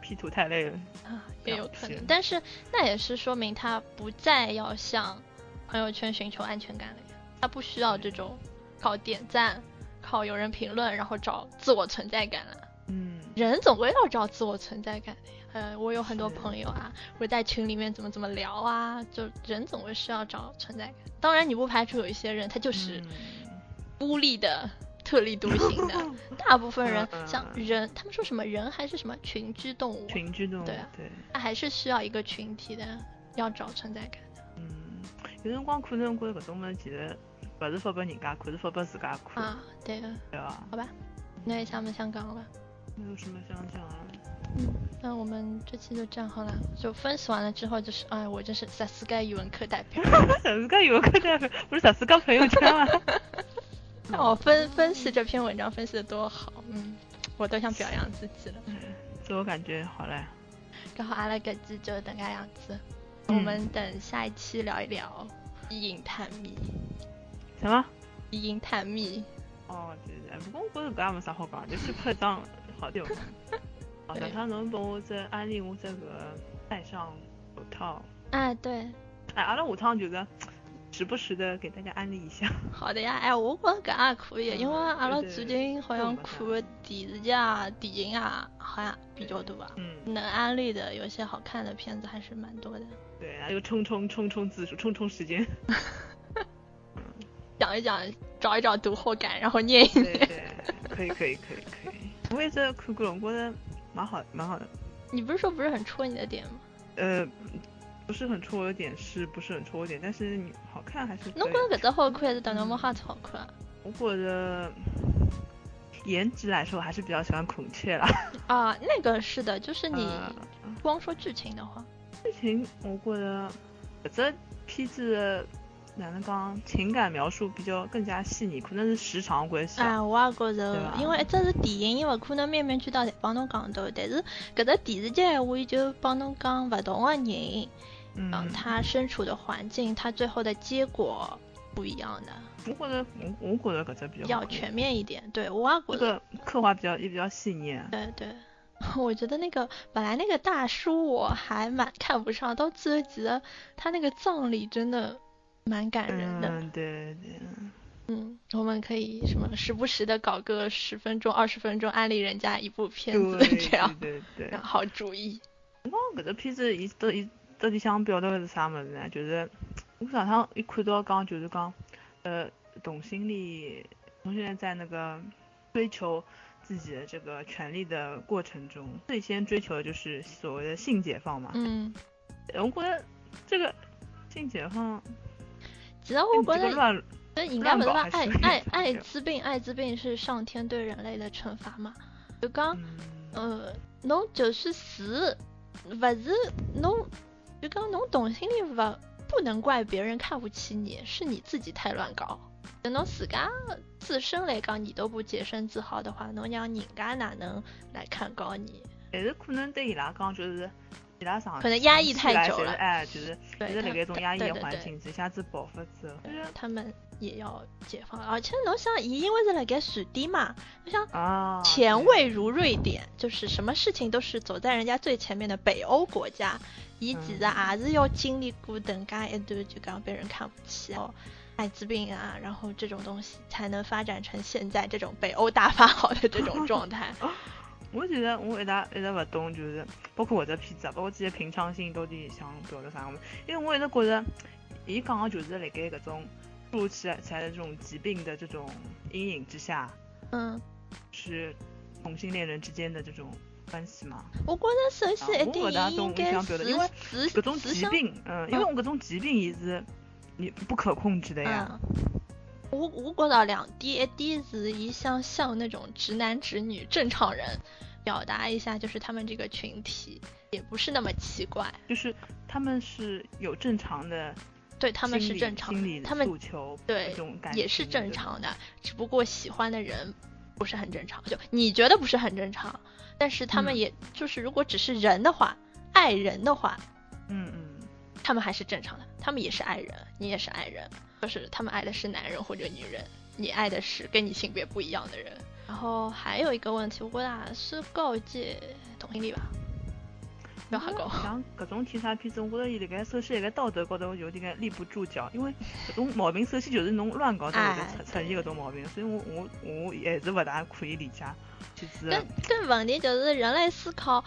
P 图太累了。啊，也有可了解能，但是那也是说明他不再要向朋友圈寻求安全感了呀，他不需要这种靠点赞、靠有人评论，然后找自我存在感了。嗯，人总归要找自我存在感的呀。呃，我有很多是朋友啊，我在群里面怎么怎么聊啊，就人总归是要找存在感。当然，你不排除有一些人他就是嗯孤立的、特立独行 的。大部分人嗯像人，他们说什么人还是什么群居动物啊，群居动物，对啊对，那还是需要一个群体的，要找存在感。嗯，有辰光可能觉得搿种物事其实勿是发拨人家看，是发拨自家看，啊，对的，对伐？那也想不想讲了？没有什么想讲啊， 嗯，那我们这期就这样好了。就分析完了之后，就是哎，我真是萨斯盖语文课代 表。十四个游客代表不是十四个朋友圈吗？那我哦分分析这篇文章分析的多好，嗯，我都想表扬自己了。自我感觉好了，然后阿拉搿期就等个样子，嗯我们等下一期聊一聊意淫探秘，什么？意淫探秘。哦，对对，不过我觉着搿也没啥好讲，就是拍张好点嘛。哦，对哪趟侬帮我再安利我这个戴上手套？哎，对，哎，阿拉下趟就是时不时的给大家安利一下。好的呀，哎，我觉着搿也可以，嗯因为阿拉对最对近好像动不看动的电视剧啊、电影啊，好像比较多吧。嗯，能安利的有些好看的片子还是蛮多的。对，然后就冲冲冲冲字数，冲冲时间。讲一讲，找一找读后感，然后念一对念。对， 可以可以可以可以。我也是看过了，我觉得蛮好蛮好的。你不是说不是很戳你的点吗？呃，不是很戳我的点是不是很戳我的点，但是你好看还是可以侬觉得搿只好看还是《等侬们哈子》好看啊？我觉得颜值来说，我还是比较喜欢孔雀啦。啊，那个是的，就是你呃光说剧情的话，剧情我觉得搿只片子的哪能讲情感描述比较更加细腻，可能是时长关系啊。啊，我也觉对着吧，因为一只是电影，伊勿可能面面俱到侪帮侬讲到，但是搿只电视剧闲话，伊就帮侬讲勿同个人，嗯嗯，，他身处的环境，他最后的结果不一样的，我觉得我我觉得搿只比较要好看全面一点。对，我也觉着。这个刻画比较也比较细腻啊。对对， 我觉得那个本来那个大叔我还蛮看不上，到最后觉得他那个葬礼真的蛮感人的。嗯，对对，嗯，我们可以什么时不时的搞个十分钟、二十分钟，安利人家一部 片子，对这样对对对。好主意。我搿只片子伊到伊到底想表达个是啥物事呢？就是我上趟一看到讲，就是讲，呃，同性恋同性恋在那个追求自己的这个权利的过程中，最先追求的就是所谓的性解放嘛。嗯，呃我觉得这个性解放，其实我哎这觉个得，乱那应该不是乱搞吧？还艾是有点艾残艾忍滋病，艾滋病是上天对人类的惩罚嘛？就讲。嗯呃，侬就是死，勿是侬，就讲侬同性恋勿不能怪别人看不起你，是你自己太乱搞。就侬自家自身来讲，你都不洁身自好的话，侬让人家哪能来看高你？但是可能对伊拉讲，就是伊拉上可能压抑长太期以来久侪是了哎，就是对一直他辣盖一种对压抑对的对环对境，一下子爆发之后，就是他们也要解放，而且侬想，伊因为是辣盖船底嘛，侬想啊，前对卫如瑞典，就是什么事情都是走在人家最前面的北欧国家，啊伊其嗯实也是要经历过等噶一段就讲被人看不起哦，艾滋病啊，然后这种东西才能发展成现在这种北欧大发好的这种状 态。 我觉得我一直一直勿懂，就是包括搿只片子啊，包括自己的平常心到底想表达啥物事，因为我一直觉着伊讲个就是辣盖搿种突如其来的这种疾病的这种阴影之下，嗯，是同性恋人之间的这种关系嘛。我觉得首啊先一我定搿搭伊懂应我该想表达因为是搿种自疾相病，嗯，因为我搿种疾病伊是你不可控制的呀，嗯，我我觉着两点，一点是伊想向那种直男直女正常人表达一下，就是他们这个群体也不是那么奇怪，就是他们是有正常的对他们心是理正常心的，理他们诉求，对这种感也是情正的常的，只不过喜欢的人不是很正常，就你觉得不是很正常，但是他们嗯也、就是如果只是人的话，爱人的话，嗯嗯。他们还是正常的，他们也是爱人，你也是爱人，就是他们爱的是男人或者女人，你爱的是跟你性别不一样的人。然后还有一个问题，我俩是告诫同性恋吧，不要瞎搞。像搿种体啥片子，我觉着伊辣盖首先辣盖道德高头有点个立不住脚， 因为搿种毛病首先就是侬乱搞才会哎得出出现搿种毛病，所以我我我还是勿大可以理解。其次，但但问题就是人类思考，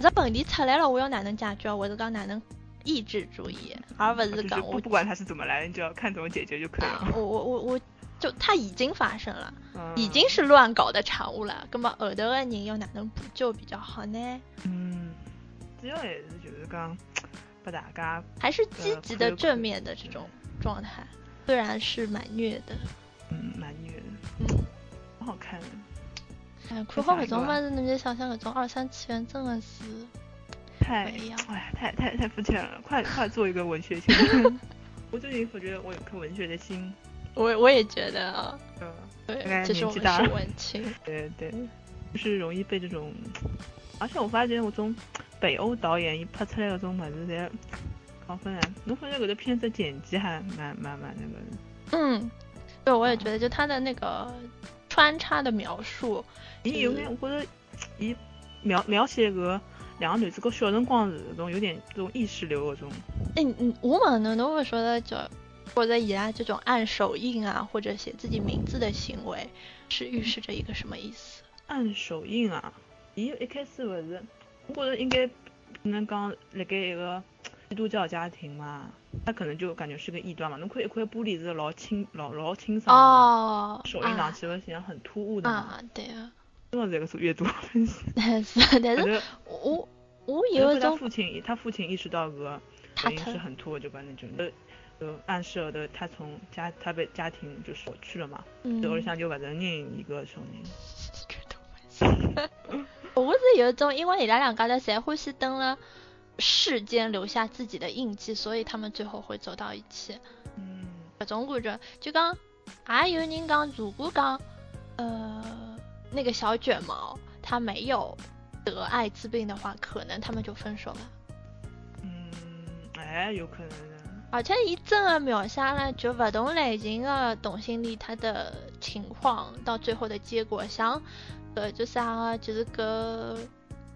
这问题出来了，我要哪能解决，或者讲哪能抑制住伊，而不啊就是是讲不我不管它是怎么来的，你只要看怎么解决就可以 啊了。，我我我我就它已经发生了。嗯已经是乱搞的产物了，那么后头的人要哪能补救比较好呢？嗯，主要还是就是讲拨大家还是积呃极可的、有可正无面的这种状态，虽然是蛮虐的。嗯蛮虐的，嗯，蛮好看的。哎，看再好搿想一啊种个物吧事，侬就想想搿种二三次元真的是太不一样哎呀，太太太肤浅了， 快快做一个文学青年。 我最近发觉我有颗文学的心，我我也觉得啊，嗯。对，哎其实年我纪们大是了文青，对对，就是容易被这种，而且我发觉我种北欧导演伊拍出来搿种物事侪高分啊！侬发觉搿个片子剪辑还蛮蛮蛮那个的，嗯，对，我也嗯觉得，就他的那个穿插的描述，伊有眼我觉着伊描描写搿两个男主角小辰光是搿种有点这种意识流搿种，哎，你我们呢，侬会说的就或者以来这种按手印啊，或者写自己名字的行为，是预示着一个什么意思？按手印啊，伊一开始勿是，我觉着应该可能讲辣盖一个基督教家庭嘛，他可能就感觉是个异端嘛，侬看一块玻璃是老清老老清爽的嘛。哦，手印拿啊起来显然很突兀的嘛，啊，对啊， 真的是一个阅读分析。但是但反是正我我因有为一他种父亲，他父亲意识到个他手印疼是 很突兀，就把那种呃呃暗示了的他从家他被家庭就是抹去了嘛，嗯所以，我想就把人认一个手印。我是有一种，因为伊拉两家头侪欢喜登了世间留下自己的印记，所以他们最后会走到一起。呃嗯，搿种感觉，就讲也有人讲，如果讲呃那个小卷毛他没有得艾滋病的话，可能他们就分手了。嗯，哎，有可能的。而且伊真的描写了就不同类型的同性恋他的情况到最后的结果，像呃就啥个就是搿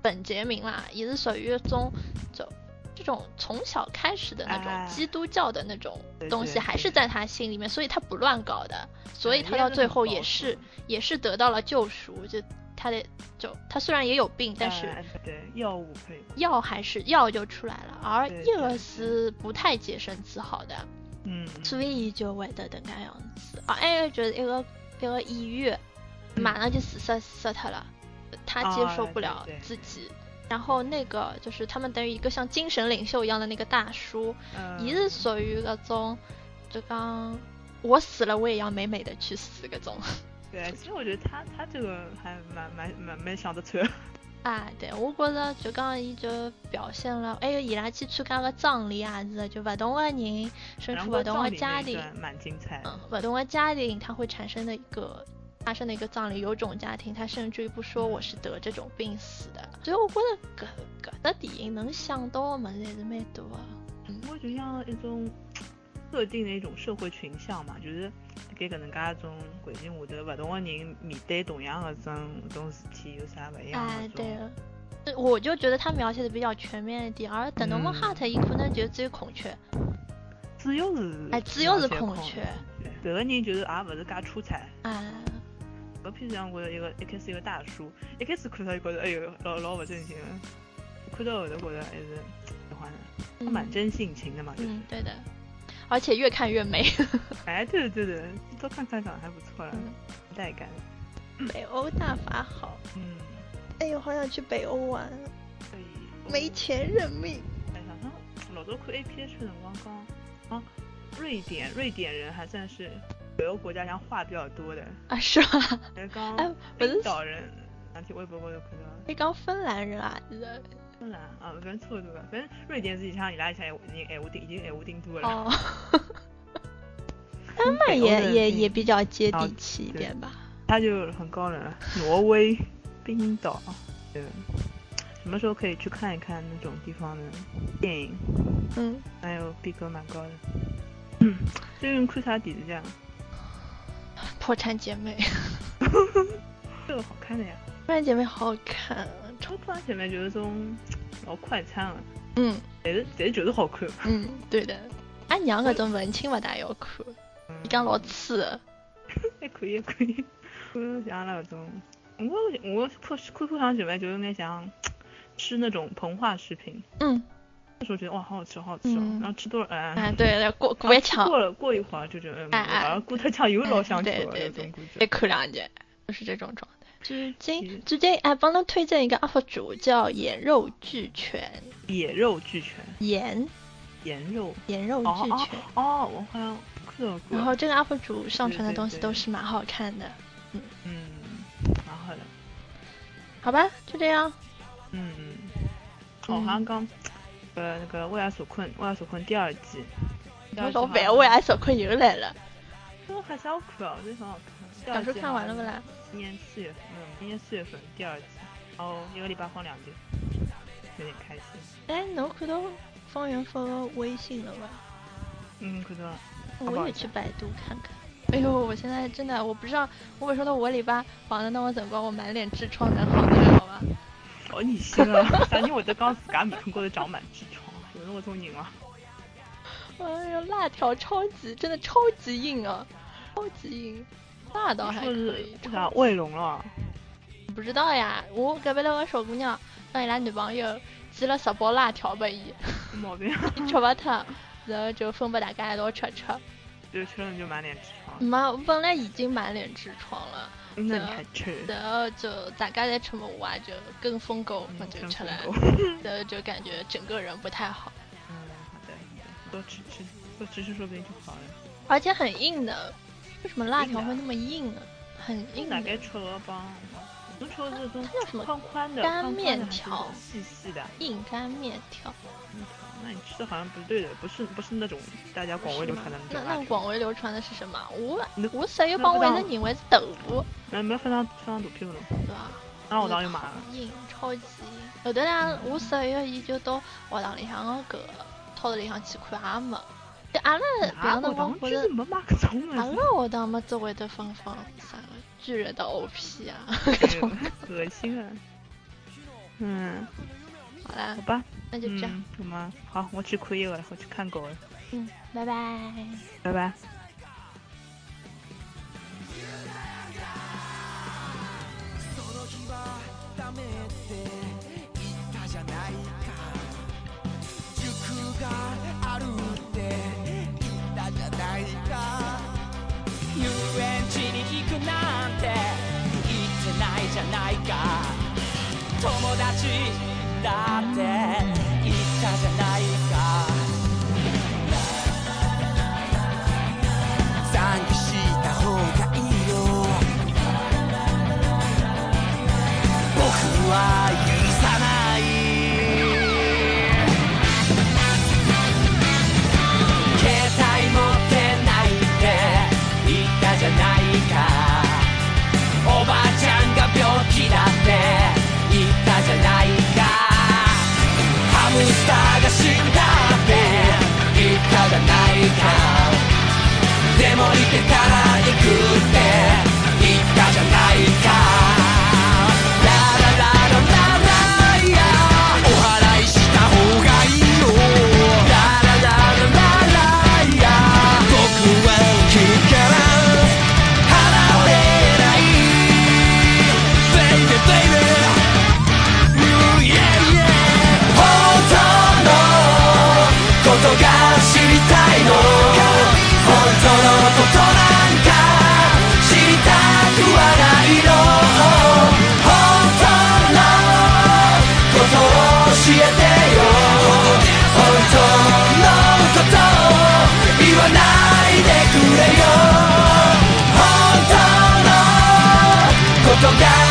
本杰明啦，伊是属于一种就这种从小开始的那哎种基督教的那种对东西对还是对在他心里面，所以他不乱搞的，所以对他因为到就最很后保也守是也是得到了救赎，就他的就他虽然也有病，但是哎对药物可以，药还是药就出来了，而对伊尔对斯不太洁身自好的，嗯，嗯所以就会得迭个样子。啊，哎，我觉得一个一个医院嗯马上就死死死他了，他接受不啊了对对对自己。然后那个就是他们等于一个像精神领袖一样的那个大叔，嗯伊是属于搿种，就讲我死了我也要美美的去死搿嗯种。对，其实我觉得他他这个还蛮蛮蛮蛮想得穿，啊，对，我觉着就讲伊就表现了，还有伊拉去参加个葬礼啊是的，就勿同个人身然处后勿同葬个礼家那一庭，段蛮精彩的，嗯，不同的家庭它会产生的一个发生的一个葬礼，有种家庭他甚至于不说我是得这种病死的，所以我觉得搿搿搭电影能想到的物事还是蛮多的。我觉得像一种特定的一种社会群像嘛，就是给搿能介一种环境下头，勿同个人面对同样的种种事体有啊啥勿一样哎的，对种。了。对我就觉得他描写的比较全面一点，而等嗯侬们哈特，伊可能就只有孔雀，主要是哎主要是嗯孔孔雀，搿个人就是也勿是介出彩。啊，搿片子上觉着一个一开始一个大叔，一开始看到就觉着哎哟老老勿正经的，看到后头觉着还是喜欢的，他蛮嗯真性情的嘛，就是。嗯，对的，而且越看越美。哎，对的对的，多看看长得还不错了，嗯有带感。 北欧大法好，嗯，哎呦，好想去北欧玩，啊可以。没钱认命。哎，好像老早看 A P H 辰光讲，啊，瑞典瑞典人还算是北欧国家上话比较多的，啊，是吧？但是讲哎不是冰岛人，那天微博高头看到，你讲芬兰人啊，是的芬兰啊，反正差不多吧，反正瑞典实际上伊拉以前已经闲话定已经闲话定多了。哦，他们北欧也人也嗯也比较接啊地气一对点吧。他就很高冷了。挪威、冰岛，嗯，什么时候可以去看一看那种地方的电影？嗯，还有逼格蛮高的。 嗯，这个人看啥电视剧啊？破产姐妹，这个好看的呀。破产姐妹好好看啊。超突然前面就是种嗯老快餐了，嗯但是但是就是好 看。嗯，对的。俺娘搿种文青勿大要看，伊讲老次的。还可以，还可以。我像那种，我我看看看上前面就有点像吃那种膨化食品，嗯，那时候觉得哇好好吃，好好吃哦。嗯然后吃多了，哎、啊，对的，过过一抢过了过一会儿就觉得，嗯，哎哎好像过特强又老想吃对了对对那种感再觉。看两集，就是这种状态。最近嗯最近哎，帮他推荐一个 UP 主叫眼肉俱全，野肉俱全，盐盐肉。盐肉哦俱哦全。哦，我好像看到过。然后这个 UP 主上对传的对东西对都是蛮好看的，嗯，蛮好的。好吧，就这样。嗯，哦，好像刚呃那个《为爱所困》，《为爱所困》第二季。我老板为爱所困又来了，我还是要看哦，真的很好看。第小二说季看好完像了不啦？今年四月份，嗯，今年四月份第二季，然后一个礼拜放两集，有点开心。哎，侬看到方圆发个微信了吧？嗯，看到 了。好不我好也去百度看看。哎呦，我现在真的我不知道，我跟你说到我里吧，绑的那我怎么我满脸痔疮能好得了吗？哦，你信了？啥人会得讲自家面孔高头长满痔疮？有那么种人啊？哎呦，辣条超级真的超级硬啊，超级硬，那倒还可说是以。为啥超卫龙了？不知道呀，我隔壁那个小姑娘让伊拉男朋友寄了十包辣条给伊，有毛病， 伊吃勿脱，然后就分拨大家一道吃吃。就吃了你就满脸痔疮，妈，我本来已经满脸痔疮了。那啊你还吃？然后就大概在吃么啊，就跟风狗嗯我就真吃了疯，狗然后就感觉整个人不太好，嗯，好的，好的多吃吃，多吃吃，说不定就好了。而且很硬的，为什么辣条硬会的那么硬啊？很硬大的，概吃了吧？我们吃的这种它叫什么宽宽的干宽宽的面还是条细细的。硬干面条那你吃的好像不对的，不是不是那种大家广为是流吗传的那那种辣那条。广为流传的是什么？我那我室友帮我那一不知直道认为是豆腐，那没分到分到肚皮了，对吧？然后我当时就买了。硬，超级硬。后头呢，我室友伊就到学堂里向个搿操头里向去看阿没，就阿拉平啊，常辰我光当觉时就得是。没买搿种阿 物拉学堂么只会得放放啥个巨哎人的 OP 啊，事，恶心啊！嗯，好啦好，吧，那就这样，嗯，我们好，我吃亏了，我去看狗了，嗯，拜拜。拜拜。その日はダメって言ったじゃないか塾があるって言ったじゃないか遊園地に行くなんて言ってないじゃないか友達だって言ったじゃないか残業した方がいいよ僕は許さない携帯持ってないって言ったじゃないかおばあちゃんが病気だって言ったじゃないかハムスターが死んだって言ったじゃないかでも行けたら行くって言ったじゃないかララララララいやお祓いした方がいいよララララララいや僕は聞から払われない Baby baby You yeah yeah 本当のことが知りたいの本当のことなんか知りたくはないの本当のことを教えてよ本当のことを言わないでくれよ本当のことが